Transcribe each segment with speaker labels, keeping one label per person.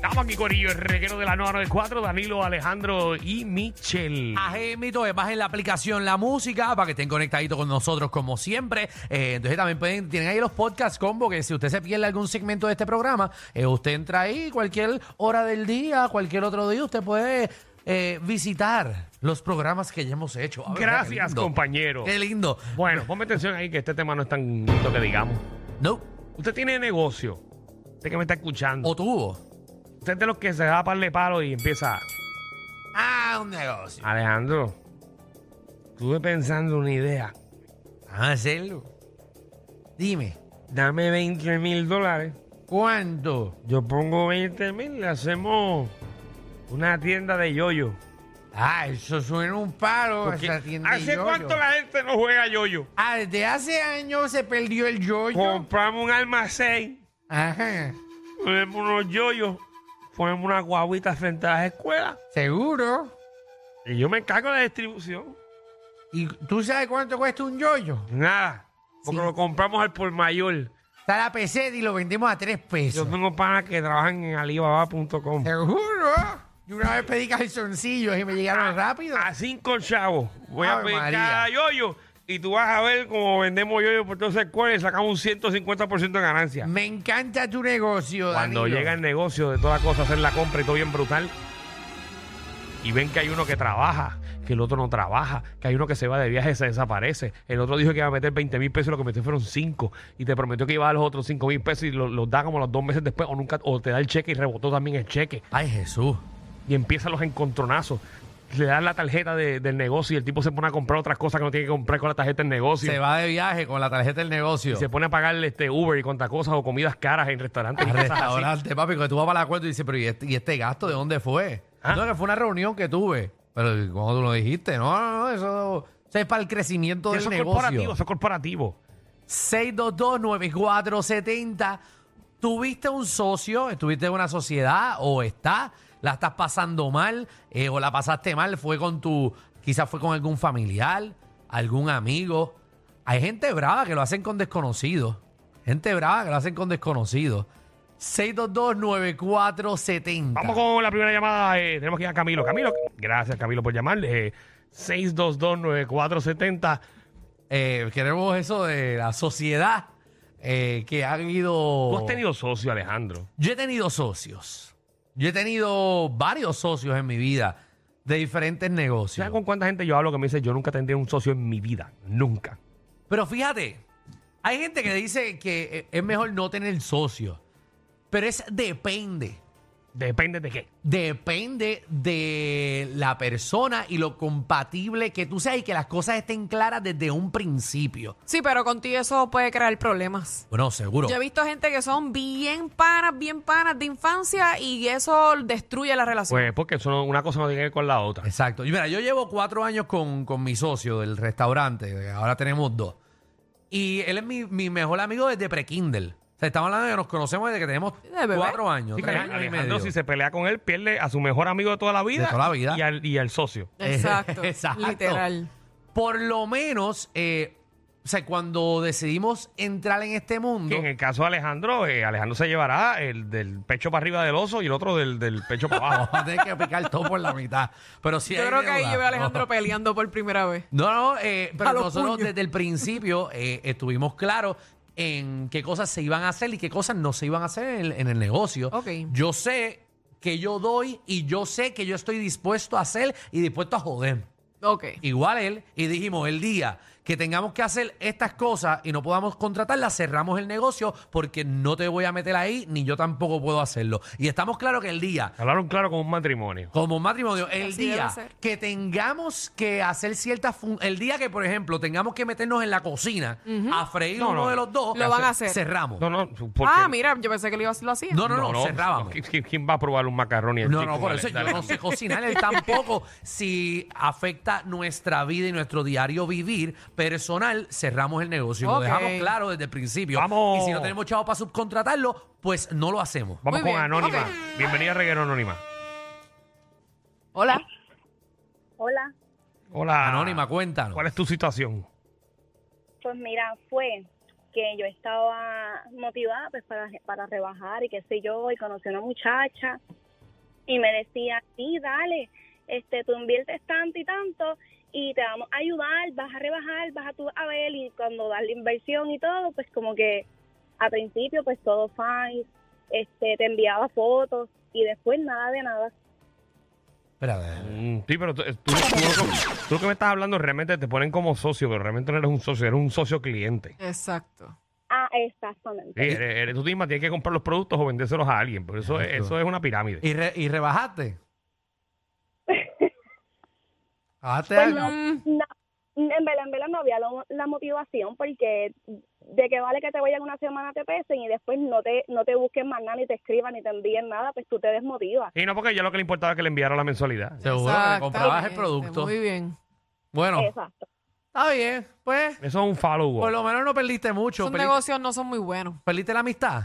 Speaker 1: Estamos aquí con ellos, el reguero de la 994, Danilo, Alejandro y Michel.
Speaker 2: Ajémito, eh, bajen la aplicación La Música para que estén conectaditos con nosotros como siempre. Eh, entonces también pueden, tienen ahí los podcasts combo que si usted se pierde algún segmento de este programa, eh, usted entra ahí cualquier hora del día, cualquier otro día, usted puede eh, visitar los programas que ya hemos hecho. Ah, ¿verdad? Qué
Speaker 1: Gracias,
Speaker 2: lindo.
Speaker 1: compañero.
Speaker 2: Qué lindo.
Speaker 1: Bueno, ponme atención ahí que este tema no es tan lindo que digamos.
Speaker 2: No,
Speaker 1: Usted tiene negocio, usted que me está escuchando.
Speaker 2: o tuvo.
Speaker 1: Usted es de los que se da par de palo y empieza.
Speaker 2: Ah, un negocio.
Speaker 1: Alejandro, estuve pensando una idea.
Speaker 2: Ah, hacerlo. Dime,
Speaker 1: Dame 20 mil dólares.
Speaker 2: ¿cuánto?
Speaker 1: Yo pongo 20 mil, le hacemos una tienda de yoyo.
Speaker 2: Ah, eso suena un paro.
Speaker 1: Porque
Speaker 2: esa tienda de
Speaker 1: ¿Hace
Speaker 2: yoyo.
Speaker 1: cuánto la gente no juega yoyo?
Speaker 2: Ah, desde hace años se perdió el yoyo.
Speaker 1: Compramos un almacén,
Speaker 2: Ajá.
Speaker 1: ponemos unos yoyos, ponemos una guaguita frente a las escuelas
Speaker 2: Seguro.
Speaker 1: y yo me encargo de la distribución.
Speaker 2: ¿Y tú sabes cuánto cuesta un yoyo?
Speaker 1: Nada, porque
Speaker 2: Sí.
Speaker 1: lo compramos al por mayor.
Speaker 2: Está la peseta y lo vendemos a tres
Speaker 1: Yo
Speaker 2: pesos.
Speaker 1: tengo panas que trabajan en alibaba.com.
Speaker 2: Seguro. Yo una vez pedí calzoncillos y me
Speaker 1: Ah,
Speaker 2: llegaron rápido.
Speaker 1: A cinco chavos. Voy a
Speaker 2: Ave
Speaker 1: pedir
Speaker 2: María.
Speaker 1: cada yoyo y tú vas a ver cómo vendemos yoyo por todas las escuelas y sacamos un 150% de ganancia.
Speaker 2: Me encanta tu negocio,
Speaker 1: Cuando
Speaker 2: Danilo.
Speaker 1: llega el negocio de toda cosa, hacer la compra y todo bien brutal. Y ven que hay uno que trabaja, que el otro no trabaja, que hay uno que se va de viaje, se desaparece. El otro dijo que iba a meter 20 mil pesos y lo que metió fueron 5. Y te prometió que iba a dar los otros 5 mil pesos y lo- los da como los dos meses después. O nunca, o te da el cheque y rebotó también el cheque.
Speaker 2: Ay, Jesús.
Speaker 1: Y empiezan los encontronazos. Le dan la tarjeta de- del negocio y el tipo se pone a comprar otras cosas que no tiene que comprar con la tarjeta del negocio.
Speaker 2: Se va de viaje con la tarjeta del negocio.
Speaker 1: Y se pone a pagarle este Uber y cuantas cosas o comidas caras en restaurantes. y
Speaker 2: al
Speaker 1: cosas así.
Speaker 2: restaurante, papi, que tú vas para la cuenta y dices, pero ¿y este, y este gasto de dónde fue?
Speaker 1: Ah.
Speaker 2: No, que fue una reunión que tuve. Pero cuando tú lo dijiste, no, no, no, eso, eso es para el crecimiento del
Speaker 1: Eso es corporativo,
Speaker 2: negocio.
Speaker 1: eso es corporativo.
Speaker 2: 622-9470. ¿Tuviste un socio? ¿Estuviste en una sociedad? ¿O está? ¿La estás pasando mal? Eh, ¿O la pasaste mal? ¿Fue con tu. Quizás fue con algún familiar? ¿Algún amigo? Hay gente brava que lo hacen con desconocidos. Gente brava que lo hacen con desconocidos. 622-9470.
Speaker 1: Vamos con la primera llamada. eh, tenemos que ir a Camilo. Camilo, gracias Camilo por llamarle. Eh, 6229470.
Speaker 2: Eh, queremos eso de la sociedad eh, que ha ido.
Speaker 1: Tú has tenido socio, Alejandro.
Speaker 2: Yo he tenido socios. Yo he tenido varios socios en mi vida de diferentes negocios.
Speaker 1: ¿Sabes con cuánta gente yo hablo que me dice yo nunca tendré un socio en mi vida? Nunca.
Speaker 2: Pero fíjate, hay gente que dice que eh, es mejor no tener socios. Pero es depende.
Speaker 1: Depende de qué.
Speaker 2: Depende de la persona y lo compatible que tú seas y que las cosas estén claras desde un principio.
Speaker 3: Sí, pero contigo eso puede crear problemas.
Speaker 2: Bueno, seguro.
Speaker 3: Yo he visto gente que son bien panas, bien panas de infancia y eso destruye la relación.
Speaker 1: Pues porque eso no- una cosa no tiene que ver con la otra.
Speaker 2: Exacto. Y mira, yo llevo cuatro años con, con mi socio del restaurante, ahora tenemos dos. Y él es mi, mi mejor amigo desde pre-Kindle. O sea, estamos hablando de que nos conocemos desde que tenemos
Speaker 3: ¿De bebé?
Speaker 2: cuatro años,
Speaker 1: Sí,
Speaker 2: tres
Speaker 1: Ale-
Speaker 2: años y
Speaker 1: Alejandro,
Speaker 2: medio.
Speaker 1: si se pelea con él, pierde a su mejor amigo de toda la vida.
Speaker 2: De toda la vida.
Speaker 1: Y al, y al socio.
Speaker 3: Exacto,
Speaker 2: Pues, eh, Exacto.
Speaker 3: Literal.
Speaker 2: Por lo menos, eh, o sea, cuando decidimos entrar en este mundo,
Speaker 1: Que en el caso de Alejandro, eh, Alejandro se llevará el del pecho para arriba del oso y el otro del, del pecho para abajo.
Speaker 2: vamos a tener que picar todo por la mitad. Pero sí
Speaker 3: Yo
Speaker 2: hay
Speaker 3: creo que ahí
Speaker 2: deuda.
Speaker 3: yo veo a Alejandro peleando por primera vez.
Speaker 2: No, no, eh, pero
Speaker 3: A los
Speaker 2: nosotros
Speaker 3: puños.
Speaker 2: desde el principio eh, estuvimos claros en qué cosas se iban a hacer y qué cosas no se iban a hacer en el, en el negocio.
Speaker 3: Ok.
Speaker 2: Yo sé que yo doy y yo sé que yo estoy dispuesto a hacer y dispuesto a joder.
Speaker 3: Ok.
Speaker 2: Igual él, y dijimos, el día que tengamos que hacer estas cosas y no podamos contratarlas, cerramos el negocio porque no te voy a meter ahí, ni yo tampoco puedo hacerlo. Y estamos claros que el día
Speaker 1: Hablaron claro con un matrimonio.
Speaker 2: como matrimonio, el
Speaker 3: Así
Speaker 2: día
Speaker 3: debe ser.
Speaker 2: que tengamos que hacer ciertas fun- el día que, por ejemplo, tengamos que meternos en la cocina a freír
Speaker 1: No,
Speaker 2: uno
Speaker 1: no,
Speaker 2: de los dos,
Speaker 3: Lo van a hacer.
Speaker 2: cerramos.
Speaker 1: No,
Speaker 2: No,
Speaker 1: no, porque-
Speaker 3: Ah, mira, yo pensé que lo iba a hacer así.
Speaker 2: no, no, cerrábamos.
Speaker 1: ¿Qui- qui- ¿Quién va a probar un macarrón y el
Speaker 2: No,
Speaker 1: chico?
Speaker 2: no, por
Speaker 1: Dale,
Speaker 2: eso yo
Speaker 1: dale.
Speaker 2: no sé cocinar él tampoco. Si afecta nuestra vida y nuestro diario vivir personal, cerramos el negocio.
Speaker 3: Ok.
Speaker 2: Lo dejamos claro desde el principio.
Speaker 1: Vamos.
Speaker 2: Y si no tenemos chavo para subcontratarlo, pues no lo hacemos.
Speaker 1: Vamos
Speaker 3: Muy
Speaker 1: con
Speaker 3: bien,
Speaker 1: Anónima.
Speaker 3: ok.
Speaker 1: Bienvenida a Reguero Anónima.
Speaker 3: Hola.
Speaker 4: Hola,
Speaker 1: Hola.
Speaker 2: Anónima, cuéntanos.
Speaker 1: ¿Cuál es tu situación?
Speaker 4: pues mira, fue que yo estaba motivada pues para, para rebajar y qué sé yo, y conocí a una muchacha y me decía, sí, dale, este, tú inviertes tanto y tanto y te vamos a ayudar, vas a rebajar, vas a tu a ver y cuando das la inversión y todo, pues como que al principio pues todo fine, este, te enviaba fotos y después nada de nada.
Speaker 2: Espérate.
Speaker 1: Mm, Sí, pero tú, tú- tú lo que- tú lo que me estás hablando realmente te ponen como socio, pero realmente no eres un socio, eres un socio cliente.
Speaker 3: Exacto.
Speaker 4: Ah, exactamente.
Speaker 1: Sí,
Speaker 2: ¿Eh?
Speaker 1: eres- eres- tú misma tienes que comprar los productos o vendérselos a alguien, pero eso, es-
Speaker 2: Exacto.
Speaker 1: eso es una pirámide.
Speaker 2: ¿Y, re- y rebajaste? ¿Bajaste
Speaker 4: Pues
Speaker 2: algo?
Speaker 4: no,
Speaker 3: Mm.
Speaker 4: no, en verdad, en verdad no había lo- la motivación porque de que vale que te vayan una semana te pesen y después no te no te busquen más nada ni te escriban ni te envíen nada, pues tú te desmotivas.
Speaker 1: Y no, porque ya lo que le importaba es que le enviara la mensualidad.
Speaker 2: Seguro que le comprabas el
Speaker 3: Exactamente,
Speaker 2: producto.
Speaker 3: Este, Muy bien.
Speaker 2: Bueno,
Speaker 4: Exacto.
Speaker 2: está bien. Pues,
Speaker 1: Eso es un follow.
Speaker 2: por lo menos no perdiste mucho.
Speaker 3: Esos
Speaker 2: Perdiste-
Speaker 3: negocios no son muy buenos.
Speaker 2: ¿Perdiste la amistad?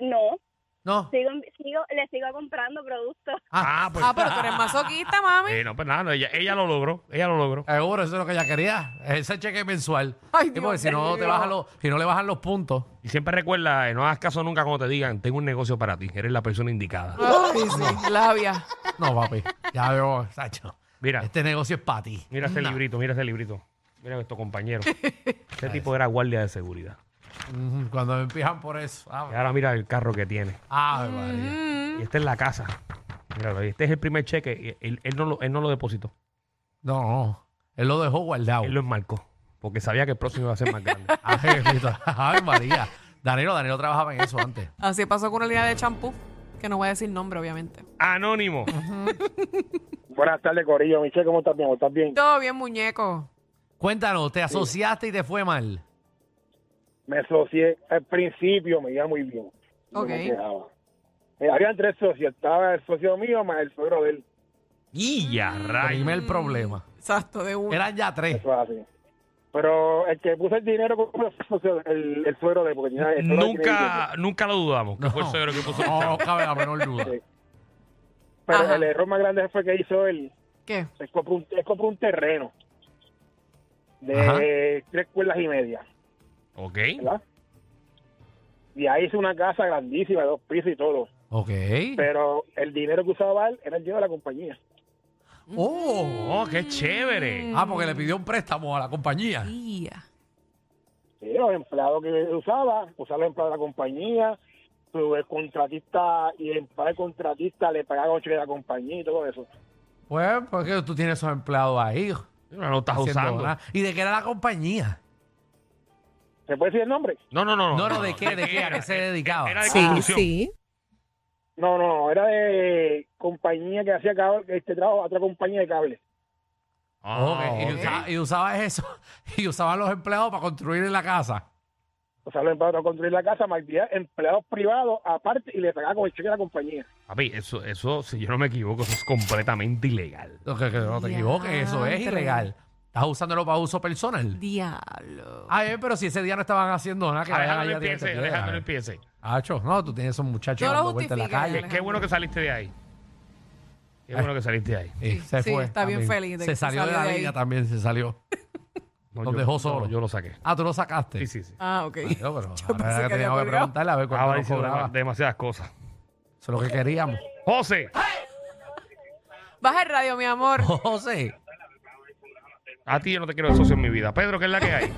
Speaker 4: No,
Speaker 2: No.
Speaker 4: sigo envi- sigo le sigo comprando productos.
Speaker 1: Ah, pues.
Speaker 3: Ah, pero tú eres masoquista, mami.
Speaker 1: Eh, no, pues nada, no, ella, ella lo logró, ella lo logró.
Speaker 2: Seguro, eso es lo que ella quería. Ese cheque mensual.
Speaker 3: Ay,
Speaker 2: Sí,
Speaker 3: Dios
Speaker 2: porque si no, te
Speaker 3: mío.
Speaker 2: bajan los, si no le bajan los puntos.
Speaker 1: Y siempre recuerda, eh, no hagas caso nunca cuando te digan, tengo un negocio para ti, eres la persona indicada.
Speaker 3: Ay, Ah, sí, labia.
Speaker 2: No, papi. ya veo, Sacho.
Speaker 1: Mira,
Speaker 2: Este negocio es para ti.
Speaker 1: mira este librito, mira este librito. Mira esto, compañero. Este tipo era guardia de seguridad.
Speaker 2: Ujú, Cuando me empiezan por eso.
Speaker 1: Y
Speaker 2: Ah,
Speaker 1: ahora mira el carro que tiene.
Speaker 2: ay, María.
Speaker 1: Y esta es la casa. Míralo, y este es el primer cheque. y Él, él no, lo, él no lo depositó.
Speaker 2: No, no. Él lo dejó guardado.
Speaker 1: Él lo enmarcó. Porque sabía que el próximo iba a ser más grande.
Speaker 2: Ay, Jesús. Ah, Ay, María. Danilo, Danilo trabajaba en eso antes.
Speaker 3: Así pasó con una línea de champú, que no voy a decir nombre, obviamente.
Speaker 1: Anónimo.
Speaker 5: Buenas tardes, Corillo. Michelle, ¿cómo estás, mi amor? ¿Estás bien?
Speaker 3: Todo bien, muñeco.
Speaker 2: Cuéntanos, ¿te asociaste y te fue mal?
Speaker 5: Me asocié. Al principio me iba muy bien. No
Speaker 3: Ok.
Speaker 5: me quejaba. Eh, habían tres socios. Estaba el socio mío más el suegro de él.
Speaker 1: y ya, rayo.
Speaker 2: Dime el problema.
Speaker 3: Exacto, de uno.
Speaker 2: Eran ya tres.
Speaker 5: Eso es así. Pero el que puso el dinero fue el, socio- el, el suegro de él. Porque tenía- el suegro de él tenía dinero.
Speaker 1: Nunca, nunca lo dudamos. Que fue el suegro que puso el
Speaker 2: no,
Speaker 1: chavo.
Speaker 2: no cabe la menor duda.
Speaker 5: Sí. Pero
Speaker 3: Ajá.
Speaker 5: el error más grande fue que hizo él.
Speaker 3: ¿Qué?
Speaker 5: Él compró un, él compró un terreno de
Speaker 2: Ajá.
Speaker 5: tres cuerdas y media,
Speaker 1: Ok.
Speaker 5: ¿verdad? Y ahí hizo una casa grandísima, dos pisos y todo.
Speaker 2: Ok.
Speaker 5: Pero el dinero que usaba él era el dinero de la compañía.
Speaker 2: Oh.
Speaker 1: Oh, qué chévere.
Speaker 2: Ah, porque le pidió un préstamo a la compañía.
Speaker 3: Tía.
Speaker 5: Sí, los empleados que usaba, usaba los empleados de la compañía, su contratista y el padre contratista le pagaba ocho de la compañía y todo eso.
Speaker 2: Pues, porque tú tienes esos empleados ahí.
Speaker 1: No lo estás
Speaker 2: haciendo
Speaker 1: usando.
Speaker 2: nada. ¿Y de qué era la compañía?
Speaker 5: ¿Se puede decir el nombre?
Speaker 1: No, no, no.
Speaker 2: No, no, ¿de qué? ¿De qué? ¿A qué se dedicaba?
Speaker 1: Era de
Speaker 3: Ah.
Speaker 6: Sí,
Speaker 1: construcción.
Speaker 6: sí.
Speaker 5: No, no, era de compañía que hacía cable- este trabajo, a otra compañía de cable.
Speaker 1: Ah,
Speaker 2: Ok, Y,
Speaker 1: ok.
Speaker 2: usaba, y usaba eso. Y usaban los empleados para construir en la casa.
Speaker 5: O sea, los empleados para construir la casa, más bien empleados privados aparte y le pagaba con el cheque de la compañía.
Speaker 1: Papi, eso, eso, si yo no me equivoco, eso es completamente ilegal.
Speaker 2: Lo que, que no te equivoques, eso es
Speaker 3: Diantre.
Speaker 2: ilegal. Estás usándolo para uso personal.
Speaker 3: Diablo.
Speaker 2: Ay, pero si ese día no estaban haciendo nada, que vayan
Speaker 1: Alejandro
Speaker 2: allá a tirarte
Speaker 1: empiece,
Speaker 2: piedra.
Speaker 1: Alejandro empiece.
Speaker 2: Acho, no, tú tienes esos muchachos
Speaker 3: No lo
Speaker 2: dando vueltas en la
Speaker 3: justifiques,
Speaker 2: calle.
Speaker 1: Qué, qué bueno que saliste de ahí. Qué bueno que saliste de ahí.
Speaker 2: Sí, Eh, se
Speaker 3: Sí,
Speaker 2: fue.
Speaker 3: está bien
Speaker 2: también.
Speaker 3: feliz de
Speaker 2: se
Speaker 3: que se
Speaker 2: salió de
Speaker 3: salió
Speaker 2: la
Speaker 3: de ahí.
Speaker 2: liga también, se salió.
Speaker 1: No,
Speaker 2: Nos
Speaker 1: yo-
Speaker 2: dejó
Speaker 1: no,
Speaker 2: solo.
Speaker 1: yo lo saqué.
Speaker 2: Ah, tú lo sacaste.
Speaker 1: Sí, sí, sí.
Speaker 3: Ah, ok.
Speaker 2: Ay, no, pero
Speaker 3: Yo pensé
Speaker 2: ahora
Speaker 3: que
Speaker 2: que
Speaker 3: había
Speaker 2: teníamos que
Speaker 3: colgado.
Speaker 2: preguntarle a ver cuánto
Speaker 1: Estaba
Speaker 2: nos
Speaker 1: diciendo
Speaker 2: cobraba.
Speaker 1: dem- demasiadas cosas.
Speaker 2: Eso es lo que queríamos.
Speaker 1: José.
Speaker 3: Baja el radio, mi amor.
Speaker 2: José.
Speaker 1: A ti yo no te quiero de socio en mi vida. Pedro, ¿qué es la que hay?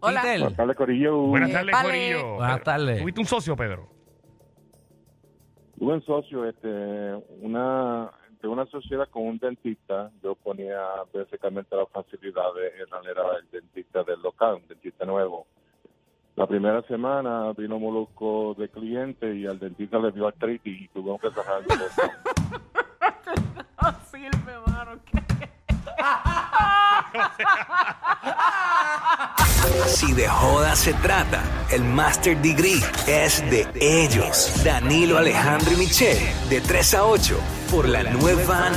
Speaker 3: Hola.
Speaker 2: Itel.
Speaker 5: tardes, Corillo.
Speaker 1: Buenas tardes,
Speaker 3: Épale.
Speaker 1: Corillo.
Speaker 2: Buenas
Speaker 1: Pedro,
Speaker 2: tardes.
Speaker 1: ¿Tuviste un socio, Pedro?
Speaker 5: Tuve un socio, este, una, de una sociedad con un dentista, yo ponía básicamente las facilidades, él era el dentista del local, un dentista nuevo. La primera semana vino Molusco de cliente y al dentista le dio artritis y tuvimos que cerrarlo.
Speaker 3: No sirve, mano.
Speaker 7: Si de joda se trata, el Master Degree es de ellos. Danilo Alejandro y Michelle, de 3 a 8, por la nueva